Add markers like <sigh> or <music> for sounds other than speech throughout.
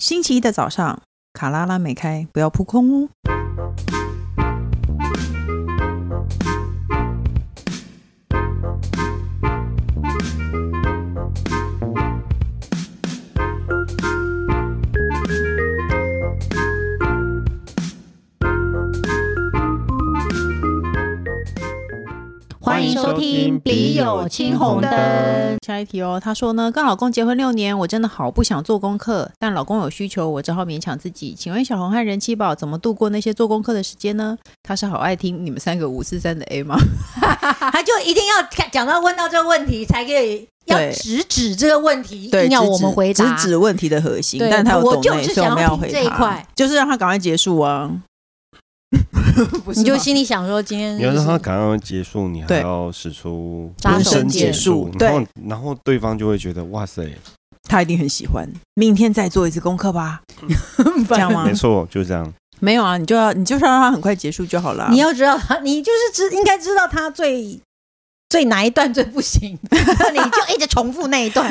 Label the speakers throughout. Speaker 1: 星期一的早上，卡拉拉没开，不要扑空哦。
Speaker 2: 欢迎收听《笔友青红灯》。
Speaker 1: 下一题哦，她说呢，跟老公结婚六年，我真的好不想做功课，但老公有需求，我只好勉强自己。请问小红和人气宝怎么度过那些做功课的时间呢？他是好爱听你们三个五四三的 A 吗？
Speaker 2: 他就一定要讲到问到这个问题，才可以要
Speaker 1: 对
Speaker 2: 直指这个问题，一定要
Speaker 1: 直指
Speaker 2: 我们回答。
Speaker 1: 直指问题的核心，
Speaker 2: 对
Speaker 1: 但他有
Speaker 2: 我
Speaker 1: 懂
Speaker 2: 就是
Speaker 1: 内，所以我
Speaker 2: 想
Speaker 1: 们
Speaker 2: 要
Speaker 1: 要
Speaker 2: 听
Speaker 1: 回
Speaker 2: 这一
Speaker 1: 他
Speaker 2: 块，
Speaker 1: 就是让他赶快结束啊。 <laughs> 不是
Speaker 2: 你就
Speaker 1: 吗
Speaker 2: 心里想说，今天
Speaker 3: 你要让他
Speaker 2: 是
Speaker 3: 赶快结束，你还
Speaker 1: 嗯对
Speaker 3: 要使出
Speaker 2: 扎手
Speaker 3: 解
Speaker 1: 锏
Speaker 3: 然后然后对方就会觉得哇塞，
Speaker 1: 嗯他一定很喜欢。明天再做一次功课吧，这样吗
Speaker 3: 没？错，就这样。
Speaker 1: 没有啊，你就要你就是要让他很快结束就好了。啊
Speaker 2: 你要知道他，你就是知应该知道他最最哪一段最不 <laughs> 行，那你就一直重复那一 <laughs> 段，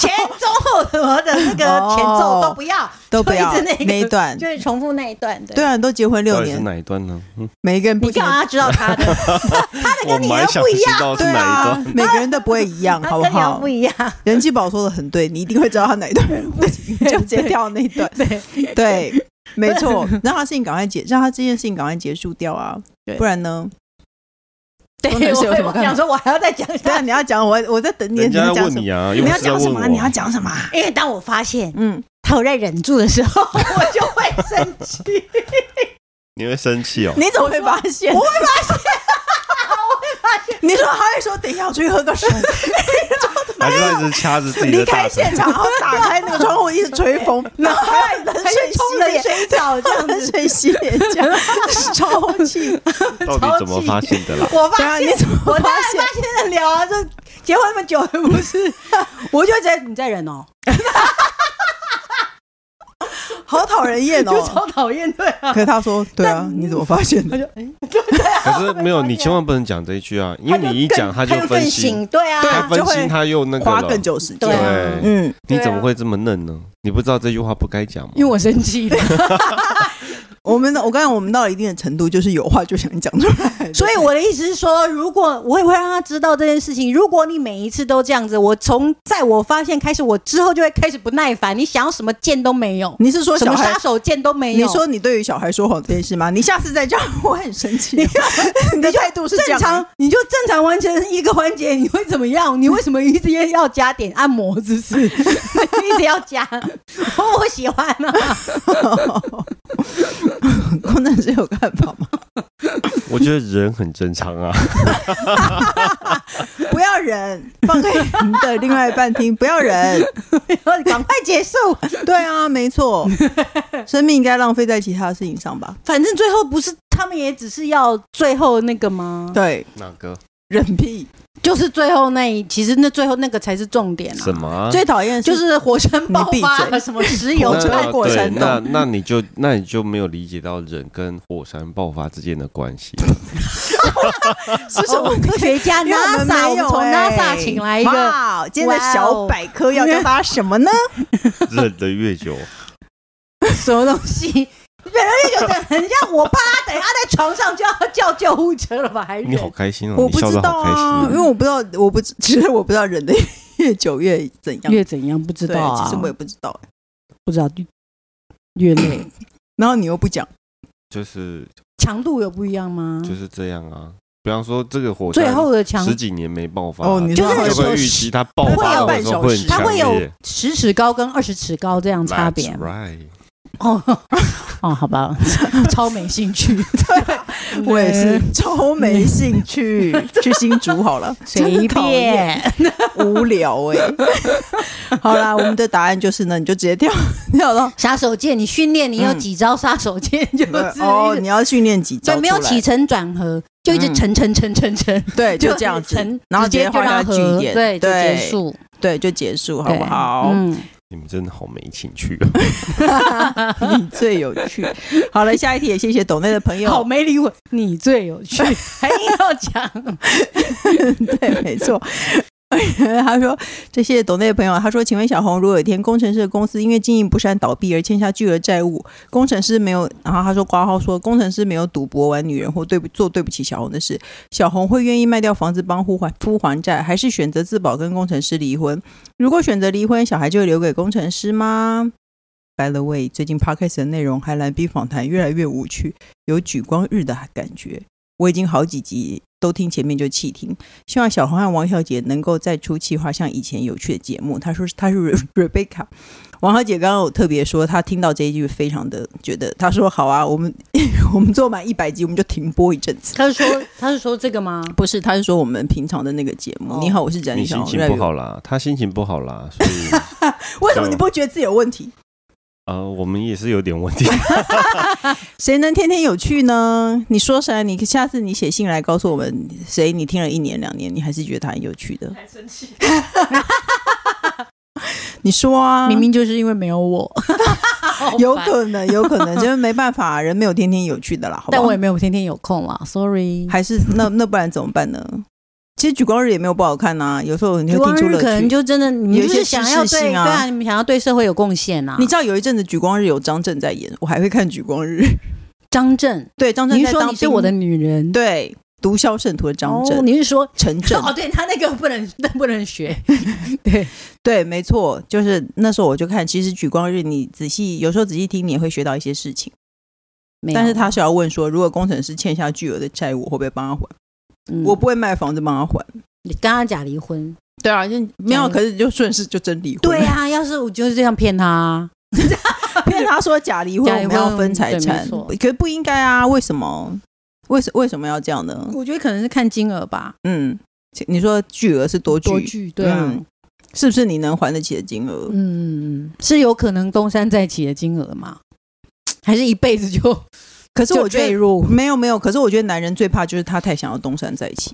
Speaker 2: 前中后合的那个
Speaker 1: 哦
Speaker 2: 前奏都不要，
Speaker 1: 都不要
Speaker 2: <laughs> 就一直那个
Speaker 1: 一段，
Speaker 2: 就是重复那一段。对
Speaker 1: 对啊，你都结婚
Speaker 3: 到
Speaker 1: 六
Speaker 3: 底是
Speaker 1: 年，
Speaker 3: 哪一段呢？嗯
Speaker 1: 每一个人不
Speaker 2: 你
Speaker 1: 停
Speaker 2: 干
Speaker 1: 地
Speaker 2: 嘛要知道他 <laughs> 的？他的
Speaker 3: 我
Speaker 2: 跟你
Speaker 3: 蛮
Speaker 2: 的
Speaker 3: 想
Speaker 2: 不一
Speaker 3: 知
Speaker 2: 样，
Speaker 3: 道是
Speaker 1: 对
Speaker 3: 哪一
Speaker 1: 啊
Speaker 3: 段。，
Speaker 1: 每个人都不会一样，
Speaker 2: <laughs> 他
Speaker 1: 好不
Speaker 2: 跟你的
Speaker 1: 好
Speaker 2: 不？一样。
Speaker 1: 人气宝说的很对，你一定会知道他哪一段不 <laughs> 行，你就截掉那一段。
Speaker 2: 对，
Speaker 1: 对，没
Speaker 2: <laughs>
Speaker 1: 错，让他事情赶快结，让他这件事情赶快结束掉啊，
Speaker 2: 对
Speaker 1: 不然呢？
Speaker 2: 对
Speaker 1: 工程师有什么
Speaker 2: 我
Speaker 1: 看法
Speaker 2: 想说，我还要再讲一
Speaker 1: 对啊，
Speaker 2: <laughs> 下，
Speaker 1: 你要讲我，我在等你，
Speaker 3: 人
Speaker 1: 你
Speaker 3: 家
Speaker 1: 要
Speaker 3: 在
Speaker 1: 讲
Speaker 3: 问
Speaker 1: 什么？
Speaker 3: 你啊，又
Speaker 1: 你
Speaker 3: 不
Speaker 1: 要
Speaker 3: 是在
Speaker 1: 讲
Speaker 3: 问
Speaker 1: 什么
Speaker 3: 我。
Speaker 1: 啊？你要讲什么啊？
Speaker 2: 因为哎当我发现
Speaker 1: 嗯，
Speaker 2: 他有在忍住的时候，我就会生 <laughs> 气。
Speaker 3: 你会生气哦。
Speaker 1: 你怎么会发 <laughs> 现？我会发现，我会发现。你说他会说等一下我出去喝个水，
Speaker 3: 还是要一直掐着自己
Speaker 1: 离
Speaker 3: 的
Speaker 1: 开
Speaker 3: 大腿？
Speaker 1: 现场，
Speaker 2: <laughs>
Speaker 1: 然后打开那个窗户一直吹风，然后还有冷
Speaker 2: 还
Speaker 1: 水
Speaker 2: 是
Speaker 1: 冲
Speaker 2: 冲
Speaker 1: 了
Speaker 2: 冷
Speaker 1: 脸，
Speaker 2: 水澡这样
Speaker 1: 冷
Speaker 2: <laughs> 子。
Speaker 1: 水洗脸这样，超
Speaker 2: <laughs>
Speaker 1: 气！
Speaker 3: 到底怎么发现
Speaker 1: <laughs>
Speaker 3: 的啦？
Speaker 2: 我
Speaker 1: 对啊，
Speaker 2: 发
Speaker 1: 你
Speaker 2: 现，
Speaker 1: 怎么
Speaker 2: 我
Speaker 1: 发
Speaker 2: 当然
Speaker 1: 现？
Speaker 2: 发现得了啊！这结婚那么久了，不是？ <laughs> 我就在你在忍哦，
Speaker 1: 好讨人厌
Speaker 2: <laughs> 就
Speaker 1: 哦！
Speaker 2: 超讨厌，对啊
Speaker 1: 可。是他说，对啊，
Speaker 2: 但
Speaker 1: 你怎么发现的？
Speaker 2: 哎
Speaker 3: 可是没有，你千万不能讲这一句啊，因为你一讲
Speaker 2: 他
Speaker 3: 就
Speaker 2: 就
Speaker 3: 分
Speaker 2: 更
Speaker 3: 心，
Speaker 2: 醒，对啊，
Speaker 3: 他分
Speaker 1: 就会
Speaker 3: 心他又那个
Speaker 1: 花
Speaker 3: 了。
Speaker 1: 更久时间。
Speaker 2: 对啊
Speaker 3: 对，
Speaker 1: 嗯，
Speaker 3: 你怎么会这么嫩呢？你不知道这句话不该讲吗？
Speaker 2: 因为我生气了，
Speaker 1: 我们我刚才我们到了一定的程度，就是有话就想讲出来。
Speaker 2: <laughs> 所以我的意思是说，如果我也会让他知道这件事情，如果你每一次都这样子，我从在我发现开始，我之后就会开始不耐烦，你想要什么剑都没有，
Speaker 1: 你是说
Speaker 2: 什
Speaker 1: 小
Speaker 2: 么
Speaker 1: 孩
Speaker 2: 杀？手锏都没
Speaker 1: 你
Speaker 2: 有。
Speaker 1: 说你对于小孩说谎这件事吗？你下次再这样，我很生
Speaker 2: <laughs>
Speaker 1: 气。 <laughs> 你的态度是这
Speaker 2: 正
Speaker 1: 样
Speaker 2: 常
Speaker 1: 吗，，
Speaker 2: 你就正常完成一个环节，你会怎么样？你为什么一直要加点按摩姿 <laughs> 势？一直要加，哦我我喜欢啊。
Speaker 1: <laughs> 工程师有看法吗？
Speaker 3: 我觉得人很正常啊。 <laughs>
Speaker 1: 不要忍，放 <laughs> 给你的另外一半听，不要忍。
Speaker 2: 赶快结束，
Speaker 1: <laughs> 对啊，没
Speaker 2: <laughs>
Speaker 1: 错，生命应该浪费在其他事情上吧？
Speaker 2: 反正最后不是他们也只是要最后那个吗？
Speaker 1: 对，
Speaker 3: 哪个？
Speaker 1: 忍屁。
Speaker 2: 就是最后那一，其实那最后那个才是重点啊
Speaker 3: 什。么啊？
Speaker 1: 最讨厌的
Speaker 2: <laughs> 就是是火山爆
Speaker 1: 你闭嘴
Speaker 2: 发，什
Speaker 1: <laughs>
Speaker 2: 么石油 <laughs>
Speaker 1: 火
Speaker 3: 那
Speaker 1: 车
Speaker 2: 喷
Speaker 1: 站过哦
Speaker 3: 对
Speaker 1: 山洞
Speaker 3: 那那你就那你就没有理解到人跟火山爆发之间的关系。 <laughs>
Speaker 1: 是什么？
Speaker 2: 科学家
Speaker 1: 哦因为我们
Speaker 2: NASA，
Speaker 1: 没
Speaker 2: 我
Speaker 1: 有
Speaker 2: 们哎从
Speaker 1: 欸
Speaker 2: NASA 请来一 <laughs> 个，哦
Speaker 1: 哇，今天的小百科要教大家什么呢？
Speaker 3: 忍得越
Speaker 1: <laughs>
Speaker 3: 久，
Speaker 2: 什么东西？本来就觉得很像我爸，等一下在床上就要叫救护车了吧？还
Speaker 3: 你
Speaker 2: 忍
Speaker 3: 好开心哦，
Speaker 1: 我
Speaker 3: 你
Speaker 1: 不
Speaker 3: 笑
Speaker 1: 知
Speaker 3: 得
Speaker 1: 道
Speaker 3: 好开心
Speaker 1: 啊，因为
Speaker 3: 哦。
Speaker 1: 我不知道，我不知 <laughs> 其实我不知道忍的越久越怎样。
Speaker 2: 越怎样不知
Speaker 1: 对
Speaker 2: 道啊？
Speaker 1: 其实我也不知道。欸
Speaker 2: 不知道，越累，
Speaker 1: 然后你又不讲，
Speaker 3: 就是
Speaker 2: 强度有不一样吗？
Speaker 3: 就是这样啊。比方说这个火
Speaker 2: 最
Speaker 3: 山
Speaker 2: 后的强
Speaker 3: 十几年没爆发，
Speaker 1: 哦你
Speaker 3: 你
Speaker 1: 说
Speaker 2: 就是
Speaker 3: 会不
Speaker 2: 有
Speaker 3: 会预期它爆发的时候会很
Speaker 2: 它
Speaker 3: 强
Speaker 2: 会有
Speaker 3: 烈？
Speaker 2: 十尺高跟二十尺高这样差别
Speaker 3: That's
Speaker 2: 吗
Speaker 3: right
Speaker 2: 哦 <laughs> 哦，好吧， <laughs> 超没兴 <laughs> 趣。嗯
Speaker 1: 我也
Speaker 2: <laughs>
Speaker 1: 是超没兴趣。去新竹好了，
Speaker 2: 随
Speaker 1: 真讨厌，
Speaker 2: 便。
Speaker 1: 无聊
Speaker 2: <laughs>
Speaker 1: 哎、好啦，我们的答案就是呢，你就直接跳跳到
Speaker 2: 杀手锏，你训练你有
Speaker 1: 嗯
Speaker 2: 几招杀手锏， <laughs> 就是
Speaker 1: 哦，你要训练几招
Speaker 2: 对，
Speaker 1: 出来，
Speaker 2: 没有起承转合，就一直
Speaker 1: 嗯
Speaker 2: 沉沉沉沉沉，
Speaker 1: 对，就
Speaker 2: 很
Speaker 1: 这样子
Speaker 2: 沉，
Speaker 1: 然后
Speaker 2: 直接
Speaker 1: 直接
Speaker 2: 就
Speaker 1: 画下
Speaker 2: 让
Speaker 1: 句
Speaker 2: 合
Speaker 1: 点
Speaker 2: 对，就
Speaker 1: 对
Speaker 2: 结束，
Speaker 1: 对，就结束好
Speaker 2: 对
Speaker 1: 不好？
Speaker 2: 嗯，
Speaker 3: 你们真的好没情趣啊！
Speaker 1: <laughs> 你最有趣。好了，下一题也谢谢董内的朋
Speaker 2: 好
Speaker 1: 友。
Speaker 2: 没
Speaker 1: <laughs>
Speaker 2: 灵魂，你最有趣，还硬要讲。
Speaker 1: 对，没错。 <laughs> 他说这些懂内的朋友，他说，请问小红，如果有一天工程师的公司因为经营不善倒闭而欠下巨额债务，工程师没有，然后他说挂号说工程师没有赌博、玩女人或对不做对不起小红的事，小红会愿意卖掉房子帮夫还夫还债，还是选择自保跟工程师离婚？如果选择离婚，小孩就会留给工程师吗？By the way，最近 podcast 的内容还来宾访谈越来越无趣，有举光日的感觉。我已经好几集都听前面就弃听，希望小红和王小姐能够再出企划，像以前有趣的节目。她说她是 <laughs> Re- Rebecca，王小姐刚刚有特别说，她听到这一句非常的觉得，她说好啊，我们 <laughs> 我们做满一百集我们就停播一阵子。
Speaker 2: 他是说他是说这个吗？
Speaker 1: 不是，她是说我们平常的那个节目。
Speaker 2: 哦
Speaker 1: 你好，我是展
Speaker 3: 你
Speaker 1: 丽小
Speaker 3: 心
Speaker 1: 红。
Speaker 3: 情不好啦，他心情不好啦，
Speaker 1: <laughs>
Speaker 3: 所以
Speaker 1: 为什么你不觉得自己有问题？
Speaker 3: 呃，我们也是有点问题。 <laughs>
Speaker 1: 谁能天天有趣呢？你说谁？你下次你写信来告诉我们，谁你听了一年两年，你还是觉得他很有趣的？还生气？你说啊，
Speaker 2: 明明就是因为没有我， <laughs> 好
Speaker 1: 有
Speaker 2: 哦烦
Speaker 1: 可能，有可能，就是没办法，人没有天天有趣的啦，好吧？
Speaker 2: 但我也没有天天有空啦，sorry。
Speaker 1: 还是那那不然怎么办呢？其实举光日也没有不好看呐、有时候你
Speaker 2: 举
Speaker 1: 会
Speaker 2: 光
Speaker 1: 听出
Speaker 2: 日
Speaker 1: 乐
Speaker 2: 可能
Speaker 1: 趣。
Speaker 2: 就真的，你
Speaker 1: 有一
Speaker 2: 们就
Speaker 1: 些
Speaker 2: 是想
Speaker 1: 知识
Speaker 2: 要对
Speaker 1: 性
Speaker 2: 对
Speaker 1: 啊
Speaker 2: 啊，你们想要对社会有贡献啊。
Speaker 1: 你知道有一阵子举光日有张震在演，我还会看举光日。
Speaker 2: 张震，
Speaker 1: 对，张震
Speaker 2: 你
Speaker 1: 在
Speaker 2: 是
Speaker 1: 当
Speaker 2: 说你是
Speaker 1: 兵
Speaker 2: 我的女人？
Speaker 1: 对毒枭圣徒的张
Speaker 2: <laughs> 哦
Speaker 1: 震，
Speaker 2: 你是说
Speaker 1: 陈震
Speaker 2: 哦？对他那个不能， <laughs> 那不能学。
Speaker 1: 对，没错，就是那时候我就看，其实举光日你仔细有时候仔细听，你也会学到一些事情。
Speaker 2: 没有啊
Speaker 1: 但是他是要问说，如果工程师欠下巨额的债务，我会不会帮他还？
Speaker 2: 嗯
Speaker 1: 我不会卖房子帮他还。
Speaker 2: 你跟他假离婚。
Speaker 1: 对啊，就没有，
Speaker 2: 嗯
Speaker 1: 可是就顺势就真离婚。
Speaker 2: 对啊，要是我就是这样骗他啊，
Speaker 1: <laughs> 因为他说假离婚
Speaker 2: 假
Speaker 1: 我
Speaker 2: 离婚
Speaker 1: 们要分财
Speaker 2: 对
Speaker 1: 产
Speaker 2: 没，错
Speaker 1: 可是不应该啊？为什么？为什为什么要这样呢？
Speaker 2: 我觉得可能是看金额吧，
Speaker 1: 嗯，你说巨额是多巨？
Speaker 2: 多巨对啊，
Speaker 1: 嗯是不是你能还得起的金额？
Speaker 2: 嗯，是有可能东山再起的金额嘛？还是一辈子就
Speaker 1: 可是
Speaker 2: 就
Speaker 1: 我觉
Speaker 2: 坠
Speaker 1: 得
Speaker 2: 入？
Speaker 1: 没有没有，可是我觉得男人最怕就是他太想要东山再起，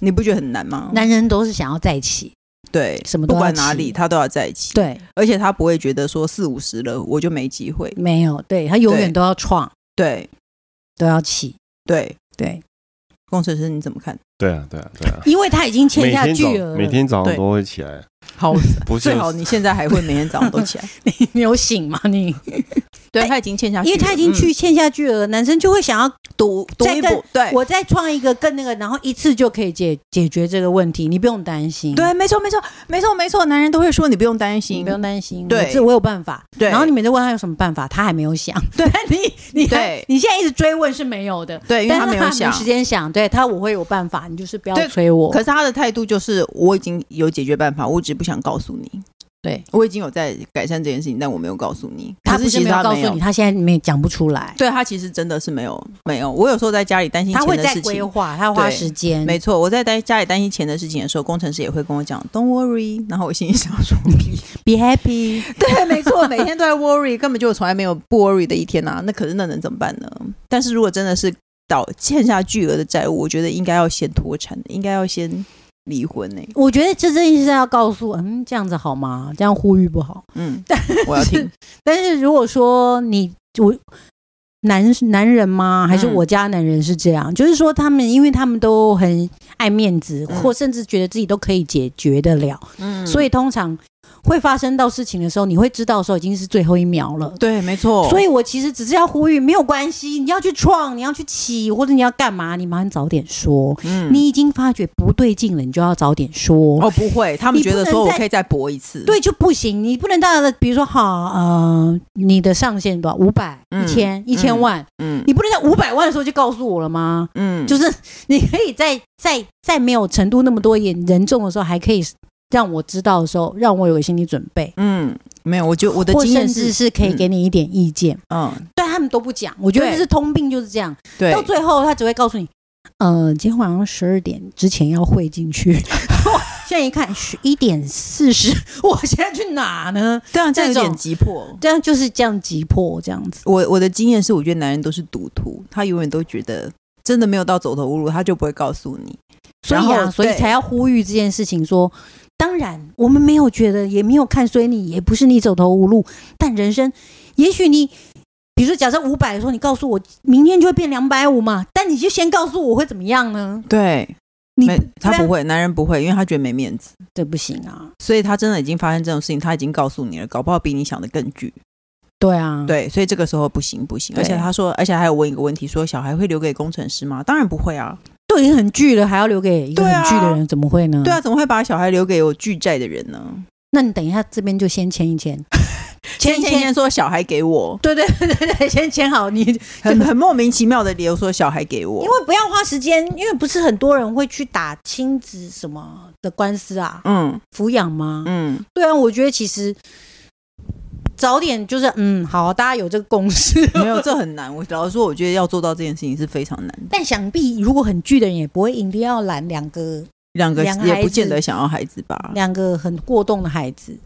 Speaker 1: 你不觉得很难吗？
Speaker 2: <laughs> 男人都是想要再起，
Speaker 1: 对，
Speaker 2: 什么
Speaker 1: 不
Speaker 2: 都要
Speaker 1: 管哪
Speaker 2: 起
Speaker 1: 里他都要在一起，
Speaker 2: 对，
Speaker 1: 而且他不会觉得说四五十了我就没机会，
Speaker 2: 没有，对他永远
Speaker 1: 对
Speaker 2: 都要创，
Speaker 1: 对
Speaker 2: 都要起，
Speaker 1: 对。
Speaker 2: 对，
Speaker 1: 工程师你怎么看？
Speaker 3: 对啊，对啊，对啊。
Speaker 2: 因为他已经
Speaker 3: 每
Speaker 2: 欠下
Speaker 3: 天
Speaker 2: 巨额
Speaker 3: 早
Speaker 2: 了，
Speaker 3: 每天早
Speaker 1: 对
Speaker 3: 上都会起来，
Speaker 1: 好，
Speaker 3: 不是
Speaker 1: 最好你现在还会每天早上都起
Speaker 2: <laughs>
Speaker 1: 来。
Speaker 2: 你你有醒吗？你
Speaker 1: 对他已经欠下巨额，
Speaker 2: 哎因为他已经
Speaker 1: 嗯
Speaker 2: 去欠下巨额，男生就会想要
Speaker 1: 赌赌
Speaker 2: 再
Speaker 1: 一
Speaker 2: 跟
Speaker 1: 步，对，
Speaker 2: 我再创一个更那个，然后一次就可以解解决这个问题，你不用担心，
Speaker 1: 对，没错，没错，没错，没错，男人都会说你不用担
Speaker 2: 你
Speaker 1: 心
Speaker 2: 不，用担心，
Speaker 1: 对
Speaker 2: 我这我有办法。
Speaker 1: 对
Speaker 2: 然后你每次问他有什么办法，他还没有想。对， <laughs> 你你
Speaker 1: 对
Speaker 2: 你现在一直追问是没有的，
Speaker 1: 对，因为
Speaker 2: 但是
Speaker 1: 他没有
Speaker 2: 还
Speaker 1: 想
Speaker 2: 时。间想。对他，我会有办法，你就是不要
Speaker 1: 对
Speaker 2: 催我
Speaker 1: 可。是他的态度就是，我已经有解决办法，我只不想告诉你。
Speaker 2: 对，
Speaker 1: 我已经有在改善这件事情，但我没有告诉你。
Speaker 2: 他
Speaker 1: 可
Speaker 2: 不是
Speaker 1: 其实
Speaker 2: 没有
Speaker 1: 他
Speaker 2: 告诉你，，他现在没有讲不出来，
Speaker 1: 对他其实真的是没有没有。我有时候在家里担心
Speaker 2: 他
Speaker 1: 钱
Speaker 2: 会
Speaker 1: 的
Speaker 2: 在
Speaker 1: 事
Speaker 2: 规
Speaker 1: 情，
Speaker 2: 划，他花
Speaker 1: 对
Speaker 2: 时间。
Speaker 1: 没错，我在担家里担心钱的事情的时候，工程师也会跟我讲 “Don't worry”，然后我心里想说 <laughs>
Speaker 2: Be happy，
Speaker 1: 对，没错，每天都 <laughs> 在 worry，根本就从来没有不 worry 的一天啊。那可是那能怎么办呢？但是如果真的是倒欠下巨额的债务，我觉得应该要先脱产，应该要先离婚欸呢、
Speaker 2: <laughs> 我觉得这真是要告诉，嗯，这样子好吗？这样呼吁不好。
Speaker 1: <laughs> 嗯，我要听。
Speaker 2: 但是如果说你我男男人吗？还是
Speaker 1: 嗯
Speaker 2: 我家男人是这样？就是说他们，因为他们都很爱面子，
Speaker 1: 嗯
Speaker 2: 或甚至觉得自己都可以解决得了，
Speaker 1: 嗯，
Speaker 2: 所以通常会发生到事情的时候，你会知道的时候已经是最后一秒了。
Speaker 1: 对，没错。
Speaker 2: 所以，我其实只是要呼吁，没有关系，你要去创，你要去起，或者你要干嘛，你麻烦早点说。
Speaker 1: 嗯
Speaker 2: 你已经发觉不对劲了，你就要早点说。
Speaker 1: 哦不会，他们觉得
Speaker 2: 你不能
Speaker 1: 说我
Speaker 2: 再
Speaker 1: 可以再搏一次。
Speaker 2: 对，就不行，你不能大的，比如说好，呃，你的上限多少？五百、
Speaker 1: 嗯
Speaker 2: 一千、一千
Speaker 1: 嗯
Speaker 2: 万，
Speaker 1: 嗯，
Speaker 2: 你不能在五百万的时候就告诉我了吗？
Speaker 1: 嗯
Speaker 2: 就是是你可以在在在没有成都那么多严人重的时候，还可以让我知道的时候，让我有个心理准备，
Speaker 1: 嗯，没有，我就我的
Speaker 2: 或
Speaker 1: 经验
Speaker 2: 甚至
Speaker 1: 是，
Speaker 2: 是可以给你一点意见。
Speaker 1: 嗯，
Speaker 2: 但他们都不讲，我觉得
Speaker 1: 对
Speaker 2: 这是通病，就是这样。
Speaker 1: 对
Speaker 2: 到，最后，他只会告诉你，呃，今天晚上十二点之前要汇进去。 <laughs> 现在一看十一点四十，我现在去哪呢？
Speaker 1: 这啊样这样有
Speaker 2: 这种
Speaker 1: 点急迫。
Speaker 2: 这样就是这样急迫，这样子。
Speaker 1: 我我的经验是，我觉得男人都是赌徒，他永远都觉得真的没有到走投无路，他就不会告诉你。
Speaker 2: 所以
Speaker 1: 然
Speaker 2: 啊，
Speaker 1: 后
Speaker 2: 所以
Speaker 1: 对
Speaker 2: 才要呼吁这件事情说。当然，我们没有觉得，也没有看衰你，也不是你走投无路。但人生，也许你，比如说，假设五百的时候，你告诉我明天就会变两百五嘛，但你就先告诉我会怎么样呢？
Speaker 1: 对，
Speaker 2: 你啊
Speaker 1: 没他不
Speaker 2: 会，
Speaker 1: 会，男人不会，因为他觉得没面子，
Speaker 2: 这不行啊。
Speaker 1: 所以他真的已经发生这种事情，他已经告诉你了，搞不好比你想的更巨。
Speaker 2: 对啊，
Speaker 1: 对，所以这个时候不行不行。而且
Speaker 2: 对
Speaker 1: 他说，而且还有问一个问题，说小孩会留给工程师吗？当然不会啊。
Speaker 2: 都已经很巨了，还要留给一个
Speaker 1: 对啊
Speaker 2: 很巨的人，怎么会呢？
Speaker 1: 对啊，，怎么会把小孩留给有巨债的人呢？
Speaker 2: 那你等一下这边就先签一签，签
Speaker 1: 前
Speaker 2: 一
Speaker 1: 前
Speaker 2: <laughs> 签。
Speaker 1: 天说小孩给我，
Speaker 2: 对对对对对，先签好你，因 <laughs>
Speaker 1: 很很莫名其妙的理由说小孩给我，
Speaker 2: 为不要花时间，因为不是很多人会去打亲子什么的官司啊，
Speaker 1: 嗯
Speaker 2: 抚养吗？
Speaker 1: 嗯，
Speaker 2: 对啊，我觉得其实早点就是嗯，好，大家有这个共识。 <laughs>
Speaker 1: 没有，这很难。我老实说，我觉得要做到这件事情是非常难的。
Speaker 2: 但想必如果很巨的人，也不会一定要揽两个
Speaker 3: 嗯
Speaker 1: 两个
Speaker 2: 两个
Speaker 1: 也
Speaker 2: 孩
Speaker 1: 不见
Speaker 2: 子
Speaker 1: 得想要孩子吧？
Speaker 2: 两个很过动的孩子。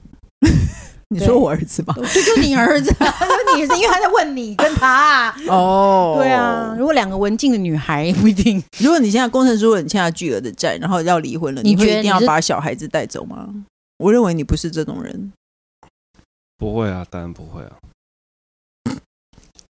Speaker 1: 你
Speaker 2: 对
Speaker 1: 说我儿子吧？
Speaker 2: 就就你儿子，啊
Speaker 3: <laughs>
Speaker 2: 就你儿子，因为他在问你跟他啊。
Speaker 1: 哦
Speaker 2: <laughs> 对啊，，如果两个文静的女孩也不一定。
Speaker 1: 如果你现在工程师，如果你欠下巨额的债，然后要离婚了，
Speaker 2: 你
Speaker 1: 你会
Speaker 2: 觉
Speaker 1: 一
Speaker 2: 得
Speaker 1: 定
Speaker 2: 你
Speaker 1: 要
Speaker 2: 是
Speaker 1: 把小孩子带走吗？我认为你不是这种人。
Speaker 3: 不会啊，当然不会啊，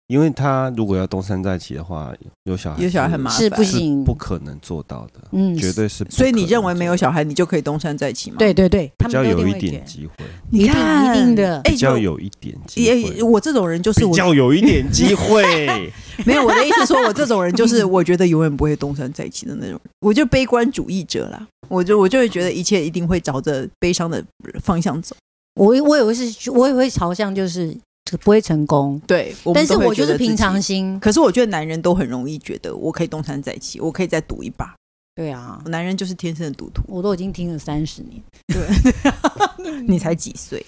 Speaker 3: 因为他如果要东山再起的话，有小孩
Speaker 1: 有小孩很麻烦
Speaker 2: 是不行
Speaker 3: 不可能做到的，
Speaker 2: 嗯
Speaker 3: 绝对是啊不可能做到的。
Speaker 1: 所以你认为没有小孩，你就可以东山再起吗？，
Speaker 2: 对对对，他
Speaker 3: 比较
Speaker 2: 们都
Speaker 3: 有
Speaker 2: 定
Speaker 3: 一
Speaker 2: 会觉
Speaker 3: 点
Speaker 2: 得
Speaker 3: 机会，
Speaker 1: 你看
Speaker 2: 一定一定的
Speaker 1: 哎、
Speaker 3: 比较
Speaker 1: 就
Speaker 3: 有一点机
Speaker 1: 也
Speaker 3: 会，
Speaker 1: 我这种人就是
Speaker 3: 比
Speaker 1: 我
Speaker 3: 较有一点机会。
Speaker 1: <laughs> 没有我的意思说，我这种人就是 <laughs> 我觉得永远不会东山再起的那种，我就悲观主义者啦。我就我就会觉得一切一定会朝着悲伤的方向走。
Speaker 2: 我我也会是，我也会朝向就是不会成功，
Speaker 1: 对，我们
Speaker 2: 但是
Speaker 1: 都会
Speaker 2: 我就
Speaker 1: 觉
Speaker 2: 是
Speaker 1: 得自己
Speaker 2: 平常心。
Speaker 1: 可是我觉得男人都很容易觉得我可以东山再起，我可以再赌一把。
Speaker 2: 对啊，
Speaker 1: 男人就是天生的赌徒，
Speaker 2: 我都已经听了三十年，
Speaker 1: <laughs> 你才几岁，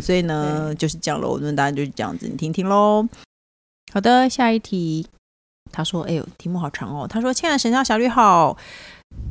Speaker 1: 所以呢就是这样喽。我们答案就是这样子，你听听喽。好的，下一题。他说：“哎呦，题目好长哦。”他说：“亲爱的神雕侠侣好。”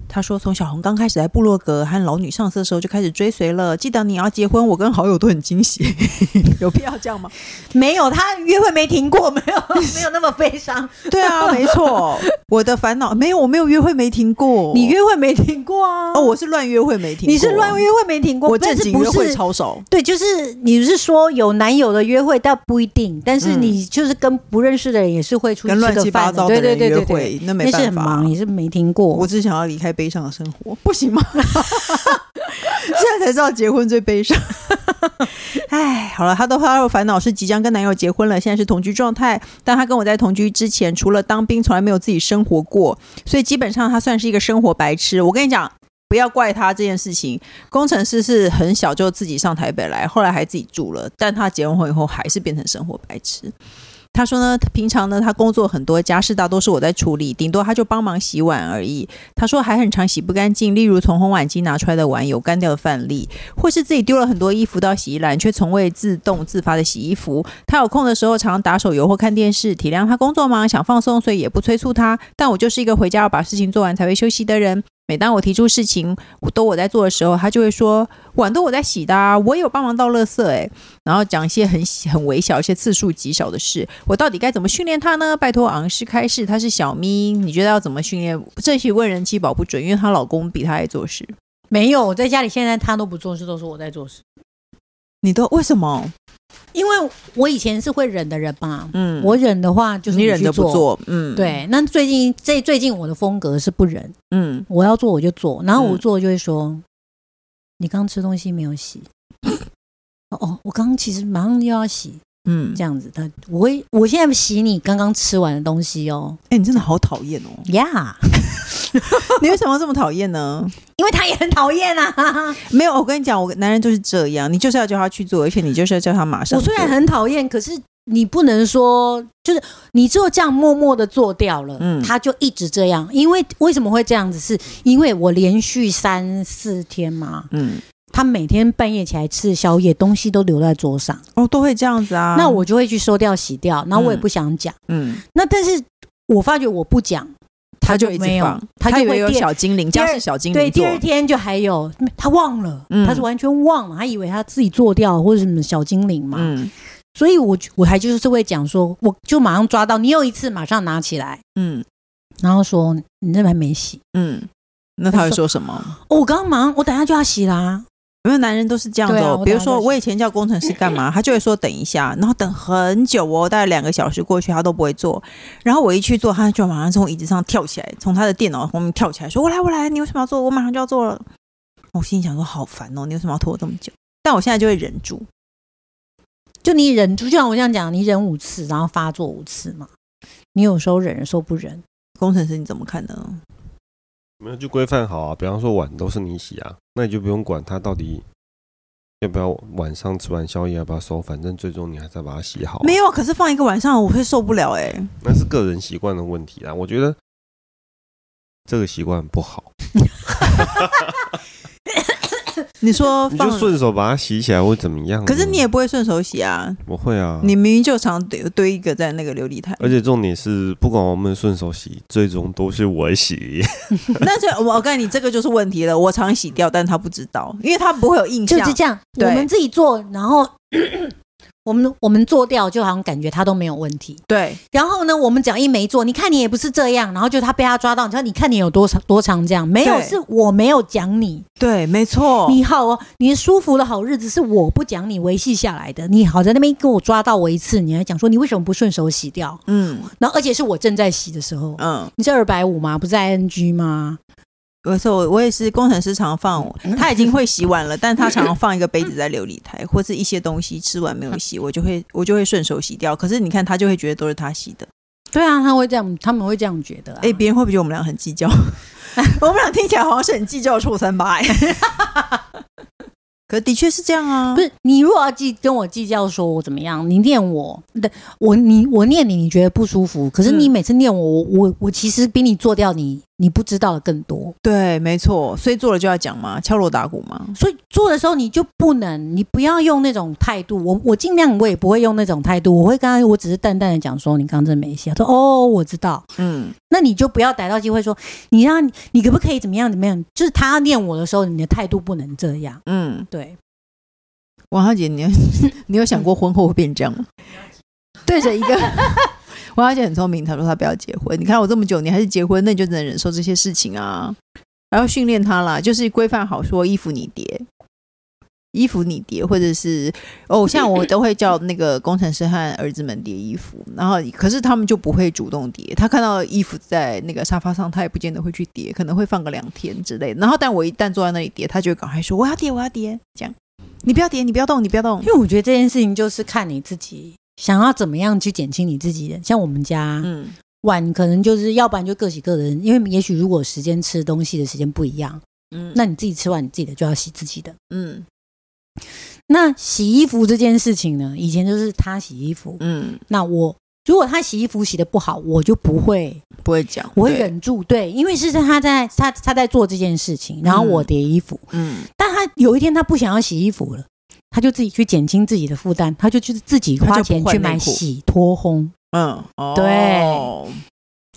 Speaker 1: 他说：“从小红刚开始在部落格和老女上色的时候就开始追随了。记得你要结婚，我跟好友都很惊喜。 <laughs> 有必要这
Speaker 2: <laughs>
Speaker 1: 样吗？
Speaker 2: 没有他约会没停过，没有 <laughs> 没有那么悲伤。
Speaker 1: 对啊，没错。 <laughs> 我的烦恼没有，我没有约会没停过。
Speaker 2: 你约会没停过啊？
Speaker 1: 哦，我是乱约会没停过。
Speaker 2: 你是乱约会没停过，
Speaker 1: 我
Speaker 2: 但
Speaker 1: 正
Speaker 2: 是
Speaker 1: 经
Speaker 2: 不
Speaker 1: 约会
Speaker 2: 是
Speaker 1: 超少，
Speaker 2: 对，就是你是说有男友的约会，但不一定。但是你就是跟不认识的人也是会出去
Speaker 1: 跟乱
Speaker 2: 吃
Speaker 1: 七
Speaker 2: 个
Speaker 1: 八
Speaker 2: 饭的，
Speaker 1: 糟
Speaker 2: 对
Speaker 1: 的
Speaker 2: 对
Speaker 1: 人
Speaker 2: 对
Speaker 1: 约
Speaker 2: 对对，
Speaker 1: 会，那没
Speaker 2: 那是
Speaker 1: 办
Speaker 2: 很
Speaker 1: 法
Speaker 2: 忙，。也是没听过。
Speaker 1: 我只想要离开悲伤的生活，不行吗？现在才知道结婚最悲 <laughs> 伤。哎，好了，她的她的烦恼是即将跟男友结婚了，现在是同居状态。但她跟我在同居之前，除了当兵，从来没有自己生活过，所以基本上她算是一个生活白痴。我跟你讲。不要怪她这件事情，工程师是很小就自己上台北来，后来还自己住了，但她结完婚以后还是变成生活白痴。他说呢，平常呢，他工作很多，家事大多是我在处理，顶多他就帮忙洗碗而已。他说还很常洗不干净，例如从烘碗机拿出来的碗有干掉的范例，或是自己丢了很多衣服到洗衣篮，却从未自动自发的洗衣服。他有空的时候常常打手游或看电视，体谅他工作忙，想放松，所以也不催促他。但我就是一个回家要把事情做完才会休息的人。每当我提出事情我都我在做的时候，他就会说碗都我在洗的、啊，我也有帮忙倒垃圾诶、欸然后讲一些很小很微小、一些次数极少的事。我到底该怎么训练他呢？拜托昂师开示，他是小咪，你觉得要怎么训练？这些问人妻保不准，因为她老公比她爱做事。
Speaker 2: 没有，我在家里现在他都不做事，都是我在做事。
Speaker 1: 你都为什么？
Speaker 2: 因为我以前是会忍的人嘛，
Speaker 1: 嗯
Speaker 2: 我忍的话就是
Speaker 1: 你
Speaker 2: 去
Speaker 1: 忍着不
Speaker 2: 做。
Speaker 1: 做，嗯，，
Speaker 2: 对，那最近这最近我的风格是不忍，
Speaker 1: 嗯，
Speaker 2: 我要做我就做，然后我
Speaker 1: 嗯
Speaker 2: 做就会说，你刚吃东西没有洗。 <laughs> 哦哦，我刚刚其实马上就要洗，
Speaker 1: 嗯
Speaker 2: 这，样子他我会，我现在洗你刚刚吃完的东西哦，
Speaker 1: 哎、你真的好讨厌
Speaker 2: <laughs>
Speaker 1: 哦！
Speaker 2: 呀
Speaker 1: 你为什么要这么讨厌呢？
Speaker 2: 因为他也很讨
Speaker 1: <laughs>
Speaker 2: 厌啊。
Speaker 1: 没有，我跟你讲，我男人就是这样，你就是要叫他去做，而且你就是要叫他马上。
Speaker 2: 我虽然，很讨厌，可是你不能说，就是你只有这样默默的做掉了，
Speaker 1: 嗯
Speaker 2: 他就一直这样。因为为什么会这样子？是因为我连续三四天嘛，
Speaker 1: 嗯，
Speaker 2: 他每天半夜起来吃宵夜，东西都留在桌上，
Speaker 1: 哦，都会这样子啊。
Speaker 2: 那，我就会去收掉、洗掉，然后我也
Speaker 1: 嗯
Speaker 2: 不想讲。
Speaker 1: 嗯，
Speaker 2: 那但是我发觉我不讲，
Speaker 1: 他就
Speaker 2: 就
Speaker 1: 一直
Speaker 2: 没有
Speaker 1: 放，
Speaker 2: 他
Speaker 1: 以
Speaker 2: 就
Speaker 1: 为
Speaker 2: 会
Speaker 1: 有
Speaker 2: 第
Speaker 1: 小精灵，
Speaker 2: 第二
Speaker 1: 家是小精
Speaker 2: 对，
Speaker 1: 灵
Speaker 2: 第
Speaker 1: 座。
Speaker 2: 二天就还有他忘了，
Speaker 1: 嗯
Speaker 2: 他是完全忘了，他以为他自己做掉或者什么小精灵嘛，
Speaker 1: 嗯
Speaker 2: 所以我我还就是会讲说，我就马上抓到，你有一次马上拿起来，
Speaker 1: 嗯
Speaker 2: 然后说你那边还没洗，
Speaker 1: 嗯，那他会说什么？
Speaker 2: 哦、我刚刚忙，我等下就要洗啦、
Speaker 1: 没有男人都是这样子
Speaker 2: 对啊
Speaker 1: 哦。
Speaker 2: 我
Speaker 1: 比如
Speaker 2: 等下
Speaker 1: 说
Speaker 2: 就
Speaker 1: 我以前叫工程师干 <laughs> 嘛，他就会说等一下，然后等很久哦，大概两个小时过去他都不会做。然后我一去做，他就马上从椅子上跳起来，从他的电脑后面跳起来，说：“我来，我来，你为什么要做？我马上就要做了。”我心里想说：“好烦哦，你为什么要拖我这么久？” <laughs> 但我现在就会忍住，
Speaker 2: 就你忍住，就像我这样讲，你忍五次，然后发作五次嘛。你有时候忍，有时候不忍。
Speaker 1: 工程师你怎么看呢？
Speaker 3: 没有就规范好啊。比方说碗都是你洗啊，那你就不用管它到底要不要晚上吃完宵夜要不要收，反正最终你还是要把它洗好啊、
Speaker 1: 没有，可是放一个晚上我会受不了哎、 <laughs>
Speaker 3: 那是个人习惯的问题啊。我觉得这个习惯不好，
Speaker 1: 你说
Speaker 3: 你就
Speaker 1: 放，
Speaker 3: 顺手把它洗起来会怎么样呢？
Speaker 1: 可是你也不会顺手洗啊，
Speaker 3: 不会啊。
Speaker 1: 你明明就常堆堆一个在那个琉璃台，
Speaker 3: 而且重点是，不管我们顺手洗，最终都是我
Speaker 1: <laughs>
Speaker 3: 洗。
Speaker 1: 那这我我告诉你，这个就是问题了。我常洗掉，但他不知道，因为他不会有印
Speaker 2: 就
Speaker 1: 象。
Speaker 2: 是这样，我
Speaker 1: 对
Speaker 2: 们自己做，然后 <coughs> 我们我们做掉，就好像感觉他都没有问题。
Speaker 1: 对，
Speaker 2: 然后呢，我们只要一没做，你看你也不是这样，然后就他被他抓到，你说你看你有多长多长这样，没有
Speaker 1: 对
Speaker 2: 是我没有讲你，
Speaker 1: 对，没错。
Speaker 2: 你好哦，你舒服的好日子是我不讲你维系下来的，你好在那边给我抓到我一次，你还讲说你为什么不顺手洗掉，
Speaker 1: 嗯
Speaker 2: 然后而且是我正在洗的时候，
Speaker 1: 嗯，
Speaker 2: 你是二百五吗？不是 ING 吗？
Speaker 1: 有时候我我也是工程师常放，他已经会洗碗了，但他常常放一个杯子在琉璃台，或是一些东西吃完没有洗，我就会我就会顺手洗掉。可是你看，他就会觉得都是他洗的。
Speaker 2: 对啊，他会这样，他们会这样觉得、啊。
Speaker 1: 哎、别人会不会觉得我们俩很计较？ <laughs> 我们俩听起来好像是很计较的臭三八哎、 <laughs> 可的确是这样啊，
Speaker 2: 不是你如果要计跟我计较说我怎么样，你念我，对我你我念你，你觉得不舒服，可是
Speaker 1: 嗯
Speaker 2: 你每次念我，我我我其实比你做掉你你不知道的更多，
Speaker 1: 对，没错，所以做了就要讲嘛，敲锣打鼓嘛。
Speaker 2: 所以做的时候你就不能，你不要用那种态度，我我尽量我也不会用那种态度，我会刚刚我只是淡淡的讲说你刚刚真的没戏，他说哦我知道，
Speaker 1: 嗯，
Speaker 2: 那你就不要逮到机会说你让你你可不可以怎么样怎么样，就是他念我的时候，你的态度不能这样，
Speaker 1: 嗯，
Speaker 2: 对，
Speaker 1: 王小姐，你有你有想过婚后会变这样吗？对着一个王小姐很聪明，她说她不要结婚。你看我这么久，你还是结婚，那你就只能忍受这些事情啊。然后训练她啦，就是规范好说衣服你叠，衣服你叠，或者是哦，像我都会叫那个工程师和儿子们叠衣服，然后可是他们就不会主动叠。他看到衣服在那个沙发上，他也不见得会去叠，可能会放个两天之类的。然后但我一旦坐在那里叠，他就会赶快说我要叠，我要叠，这样。你不要叠，你不要动，你不要动
Speaker 2: 因。为我觉得这件事情就是看你自己想要怎么样去减轻你自己的，像我们家。
Speaker 1: 嗯，
Speaker 2: 碗可能就是要不然就各洗各的，因为也许如果时间吃东西的时间不一样，
Speaker 1: 嗯
Speaker 2: 那你自己吃完你自己的就要洗自己的。
Speaker 1: 嗯
Speaker 2: 那洗衣服这件事情呢，以前就是他洗衣服，
Speaker 1: 嗯，
Speaker 2: 那我如果他洗衣服洗的不好，我就不会，
Speaker 1: 不会讲，
Speaker 2: 我会
Speaker 1: 对，
Speaker 2: 忍住，对，因为是他在他他在做这件事情，然后我叠衣服，
Speaker 1: 嗯，
Speaker 2: 但他有一天他不想要洗衣服了，他就自己去减轻自己的负担，他就去自己
Speaker 1: 他
Speaker 2: 花
Speaker 1: 就不
Speaker 2: 钱
Speaker 1: 换
Speaker 2: 去
Speaker 1: 内
Speaker 2: 买
Speaker 1: 裤
Speaker 2: 洗脱烘。
Speaker 1: 嗯，哦
Speaker 2: 对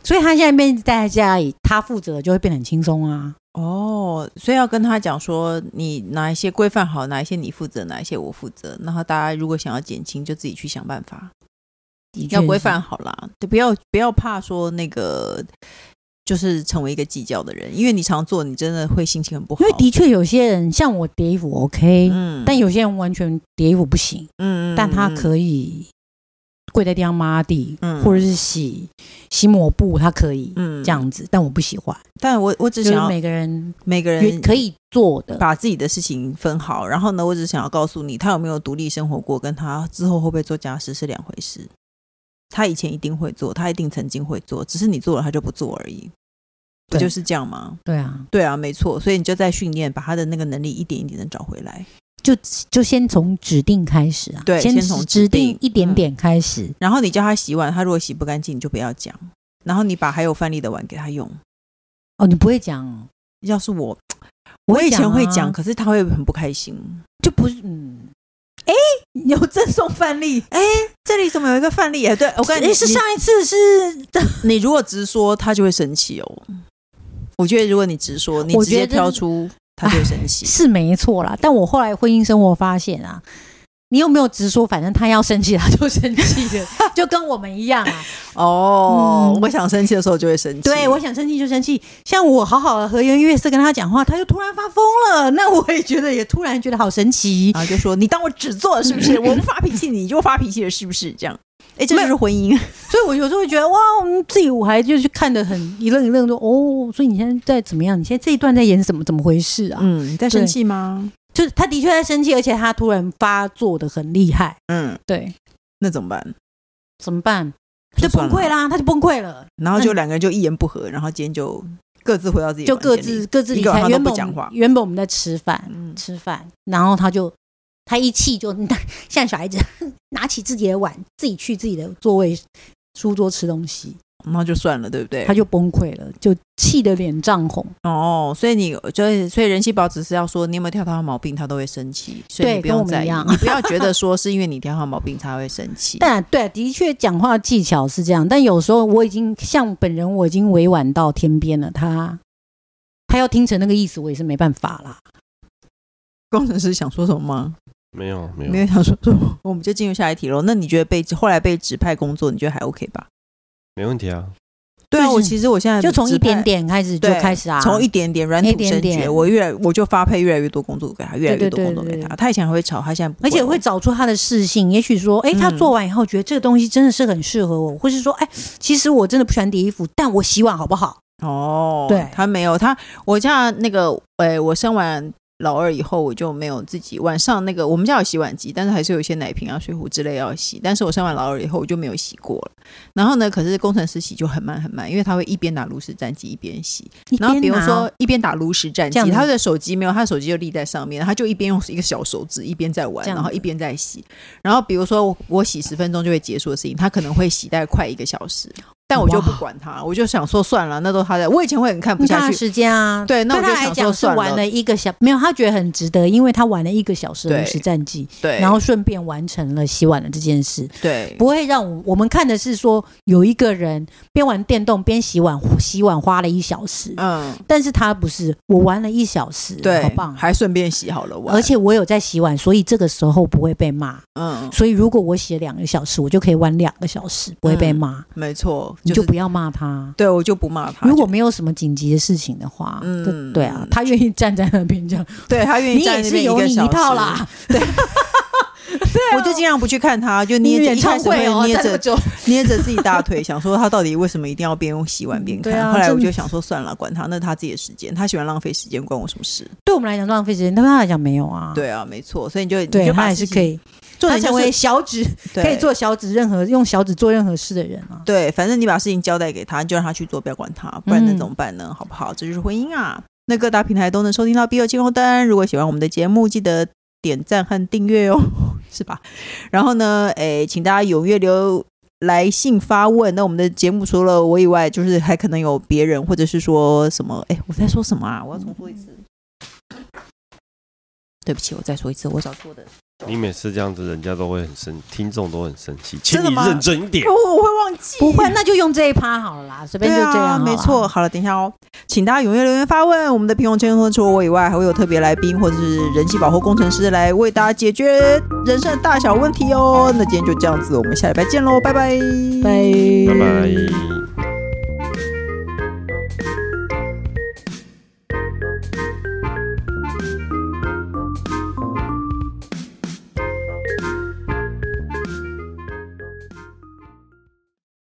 Speaker 2: 所以他现在变在家里，他负责就会变得很轻松啊。
Speaker 1: 哦，所以要跟他讲说，你哪一些规范好，哪一些你负责，哪一些我负责。然后大家如果想要减轻，就自己去想办法，
Speaker 2: 的确
Speaker 1: 要
Speaker 2: 是
Speaker 1: 规范好啦，对，不要不要怕说那个。就是成为一个计较的人，因为你常做，你真的会心情很不好。
Speaker 2: 因为的确有些人像我叠衣服 OK，、
Speaker 1: 嗯
Speaker 2: 但有些人完全叠衣服不行，
Speaker 1: 嗯
Speaker 2: 但他可以跪在地上抹地，
Speaker 1: 嗯
Speaker 2: 或者是洗洗抹布，他可以、
Speaker 1: 嗯
Speaker 2: 这，样子，但我不喜欢，
Speaker 1: 但我我只
Speaker 2: 就是
Speaker 1: 想要
Speaker 2: 每个人
Speaker 1: 每个
Speaker 2: 也
Speaker 1: 人
Speaker 2: 可以做的。
Speaker 1: 把自己的事情分好，然后呢，我只想要告诉你，他有没有独立生活过，跟他之后会不会做家事是两回事。他以前一定会做，他一定曾经会做，只是你做了他就不做而已，不
Speaker 2: 对
Speaker 1: 就是这样吗？
Speaker 2: 对啊，
Speaker 1: 对啊，没错，所以你就在训练，把他的那个能力一点一点的找回来。
Speaker 2: 就就先从指定开始啊，
Speaker 1: 对
Speaker 2: 先
Speaker 1: 先从指
Speaker 2: 指定
Speaker 1: 定嗯
Speaker 2: 一点点开始。
Speaker 1: 然后你叫他洗碗，他如果洗不干净，你就不要讲。然后你把还有饭粒的碗给他用。
Speaker 2: 哦，你不会讲哦，
Speaker 1: 要是我，我以前会讲，
Speaker 2: 啊
Speaker 1: 可是他会很不开心。
Speaker 2: 就不是嗯，哎、有赠送范例。
Speaker 1: 这里怎么有一个饭粒？哎，对我
Speaker 2: 我
Speaker 1: 跟
Speaker 2: 感
Speaker 1: 你
Speaker 2: 觉是上一次是
Speaker 1: 你如果直说，他就会生气哦。我觉得如果你直说，你
Speaker 2: 我
Speaker 1: 直接
Speaker 2: 觉得
Speaker 1: 挑出，他就会生气。
Speaker 2: 是没错啦，但我后来婚姻生活发现啊，你有没有直说，反正他要生气他就生气了，就跟我们一样啊。
Speaker 1: 哦
Speaker 2: 嗯，
Speaker 1: 我想生气的时候就会生气。
Speaker 2: 对，我想生气就生气。像我好好的和颜悦色跟他讲话，他就突然发疯了。那我也觉得，也突然觉得好神奇。
Speaker 1: 然后就说你当我只做了是不
Speaker 2: <laughs>
Speaker 1: 是？我不发脾气，你就发脾气了是不是？这样，哎，这就是婚姻。
Speaker 2: 所以我有时候会觉得，哇，我们自己舞台就是看得很一愣一愣，说哦，所以你现在在怎么样？你现在这一段在演什么？怎么回事啊？
Speaker 1: 嗯，你在生气吗？
Speaker 2: 就是他的确在生气，而且他突然发作的很厉害。
Speaker 1: 嗯，
Speaker 2: 对，
Speaker 1: 那怎么办？
Speaker 2: 怎么办？
Speaker 1: 就
Speaker 2: 就崩
Speaker 1: 算
Speaker 2: 溃
Speaker 1: 了
Speaker 2: 啦，他就崩溃了，
Speaker 1: 然后就两个人就一言不合，然后今天就各自回到自己的
Speaker 2: 就
Speaker 1: 房间
Speaker 2: 各
Speaker 1: 里，
Speaker 2: 自各自
Speaker 1: 一
Speaker 2: 离
Speaker 1: 个晚
Speaker 2: 开。
Speaker 1: 上都
Speaker 2: 原
Speaker 1: 不
Speaker 2: 本我
Speaker 1: 讲
Speaker 2: 们
Speaker 1: 话
Speaker 2: 原本我们在吃饭，
Speaker 1: 嗯
Speaker 2: 吃饭，然后他就他一气就 <laughs> 像小孩子 <laughs> 拿起自己的碗，自己去自己的座位书桌吃东西，
Speaker 1: 然后就算了，对不对
Speaker 2: 他？就崩溃了，就气得脸涨红。
Speaker 1: 哦，所以你就是所以人气宝只是要说你有没有挑他的毛病，他都会生气，所以
Speaker 2: 对
Speaker 1: 你不用
Speaker 2: 跟我们
Speaker 1: 在意，
Speaker 2: 一样
Speaker 1: 你不要觉得说是因为你挑他的毛病他会生气。
Speaker 2: <laughs> 但对，的确讲话技巧是这样，但有时候我已经像本人，我已经委婉到天边了，他他要听成那个意思，我也是没办法啦。
Speaker 1: 工程师想说什么吗？
Speaker 3: 没有没
Speaker 1: 没
Speaker 3: 有，
Speaker 1: 有想说什么， <laughs> 我们就进入下一题喽。那你觉得被后来被指派工作，你觉得还 OK 吧？
Speaker 3: 没问题啊。
Speaker 1: 对啊，
Speaker 2: 就是
Speaker 1: 我其实我现在
Speaker 2: 就从一
Speaker 1: 指派
Speaker 2: 点点开始就
Speaker 1: 对
Speaker 2: 开始啊，
Speaker 1: 从一点点软土
Speaker 2: 一
Speaker 1: 生
Speaker 2: 点
Speaker 1: 绝，
Speaker 2: 点
Speaker 1: 我越来我就发配越来越多工作给他，越来越
Speaker 2: 对对
Speaker 1: 多工作
Speaker 2: 对
Speaker 1: 给
Speaker 2: 对
Speaker 1: 他。他以前还会吵，他现在不
Speaker 2: 而且
Speaker 1: 了
Speaker 2: 会找出他的事性，也许说，哎，他
Speaker 1: 嗯
Speaker 2: 做完以后觉得这个东西真的是很适合我，或是说，哎，其实我真的不喜欢叠衣服，但我洗碗好不好？
Speaker 1: 哦，
Speaker 2: 对
Speaker 1: 他没有他，我家那个，诶、我生完老二以后，我就没有自己晚上那个，我们家有洗碗机，但是还是有一些奶瓶啊、水壶之类要洗。但是我生完老二以后，我就没有洗过了。然后呢，可是工程师洗就很慢很慢，因为他会一边打炉石战机一边洗，然后比如
Speaker 2: 一边拿
Speaker 1: 说，一边打炉石战机
Speaker 2: 这样，子
Speaker 1: 他的手机没有，他的手机就立在上面，他就一边用一个小手指一边在玩，
Speaker 2: 这样子
Speaker 1: 然后一边在洗。然后比如说我我洗十分钟就会结束的事情，他可能会洗大概快一个小时，但我就不
Speaker 2: 哇
Speaker 1: 管他，我就想说算了，那都他在。我以前会很看不
Speaker 2: 你看
Speaker 1: 下
Speaker 2: 他
Speaker 1: 去，
Speaker 2: 时间啊，
Speaker 1: 对那我就
Speaker 2: 他来
Speaker 1: 想说
Speaker 2: 讲是
Speaker 1: 算了
Speaker 2: 玩了一个小，没有，他觉得很值得，因为他玩了一个小时
Speaker 1: 对
Speaker 2: 的实战绩，
Speaker 1: 对，
Speaker 2: 然后顺便完成了洗碗的这件事，
Speaker 1: 对，
Speaker 2: 不会让我我们看的是说有一个人边玩电动边洗碗，洗碗花了一小时，
Speaker 1: 嗯，
Speaker 2: 但是他不是，我玩了一小时，
Speaker 1: 对，
Speaker 2: 好棒。
Speaker 1: 还顺便洗好了碗，
Speaker 2: 而且我有在洗碗，所以这个时候不会被骂。
Speaker 1: 嗯，
Speaker 2: 所以如果我写两个小时，我就可以玩两个小时，不会被骂，
Speaker 1: 没错，嗯
Speaker 2: 你
Speaker 1: 就
Speaker 2: 就是不要骂他。
Speaker 1: 对我就不骂他。
Speaker 2: 如果
Speaker 1: 就
Speaker 2: 没有什么紧急的事情的话，
Speaker 1: 嗯
Speaker 2: 嗯，对啊，他愿意站在那边这样，
Speaker 1: 对他愿
Speaker 2: 你
Speaker 1: 意站在
Speaker 2: 也
Speaker 1: 那
Speaker 2: 是
Speaker 1: 边
Speaker 2: 有
Speaker 1: 个
Speaker 2: 你
Speaker 1: 小
Speaker 2: 一套
Speaker 1: 时，啊
Speaker 2: 啦。
Speaker 1: 我就尽量不去看他，就
Speaker 2: 你
Speaker 1: 捏着
Speaker 2: 演
Speaker 1: 一
Speaker 2: 唱
Speaker 1: 开始
Speaker 2: 会哦，
Speaker 1: 会捏
Speaker 2: 站那
Speaker 1: 着
Speaker 2: 么久，
Speaker 1: 捏着自己大腿， <laughs> 想说他到底为什么一定要边洗碗边看？
Speaker 2: 对啊
Speaker 1: 后来我
Speaker 2: 真
Speaker 1: 就想说，算了，管他，那是他自己的时间，他喜欢浪费时间，关我什么事？
Speaker 2: 对我们来讲浪费时间，对他来讲没有啊。，
Speaker 1: 对啊，没错，所以你就你
Speaker 2: 对
Speaker 1: 就
Speaker 2: 他
Speaker 1: 把
Speaker 2: 也是可以，
Speaker 1: 做
Speaker 2: 他
Speaker 1: 成
Speaker 2: 成为小指，可以。
Speaker 1: 对
Speaker 2: 做小指任何用小指做任何事的人啊。
Speaker 1: 对，反正你把事情交代给他，你就让他去做，不要管他，不然能
Speaker 2: 嗯
Speaker 1: 怎么办呢？好不好？这就是婚姻啊！那各大平台都能收听到《B 友青红灯》，如果喜欢我们的节目，记得点赞和订阅哦， <laughs> 是吧？然后呢，诶，请大家踊跃留来信发问。那我们的节目除了我以外，就是还可能有别人，或者是说什么？诶，我在说什么啊？我要重说一次。对不起，我再说一次，我找错的。
Speaker 3: 你每次这样子，人家都会很生，听众都很生气，请
Speaker 1: 真的
Speaker 3: 你
Speaker 1: 吗哦
Speaker 3: 认真一点
Speaker 1: 可。我我会忘记，
Speaker 2: 不会，那就用这一趴好了啦，随便就这样、
Speaker 1: 对啊，没错。。好了，等一下哦，请大家踊跃留言发问。我们的平庸圈除了我以外，还会有特别来宾或者是人气保护工程师来为大家解决人生的大小问题哦。那今天就这样子，我们下礼拜见喽，拜拜，
Speaker 2: 拜
Speaker 3: 拜拜。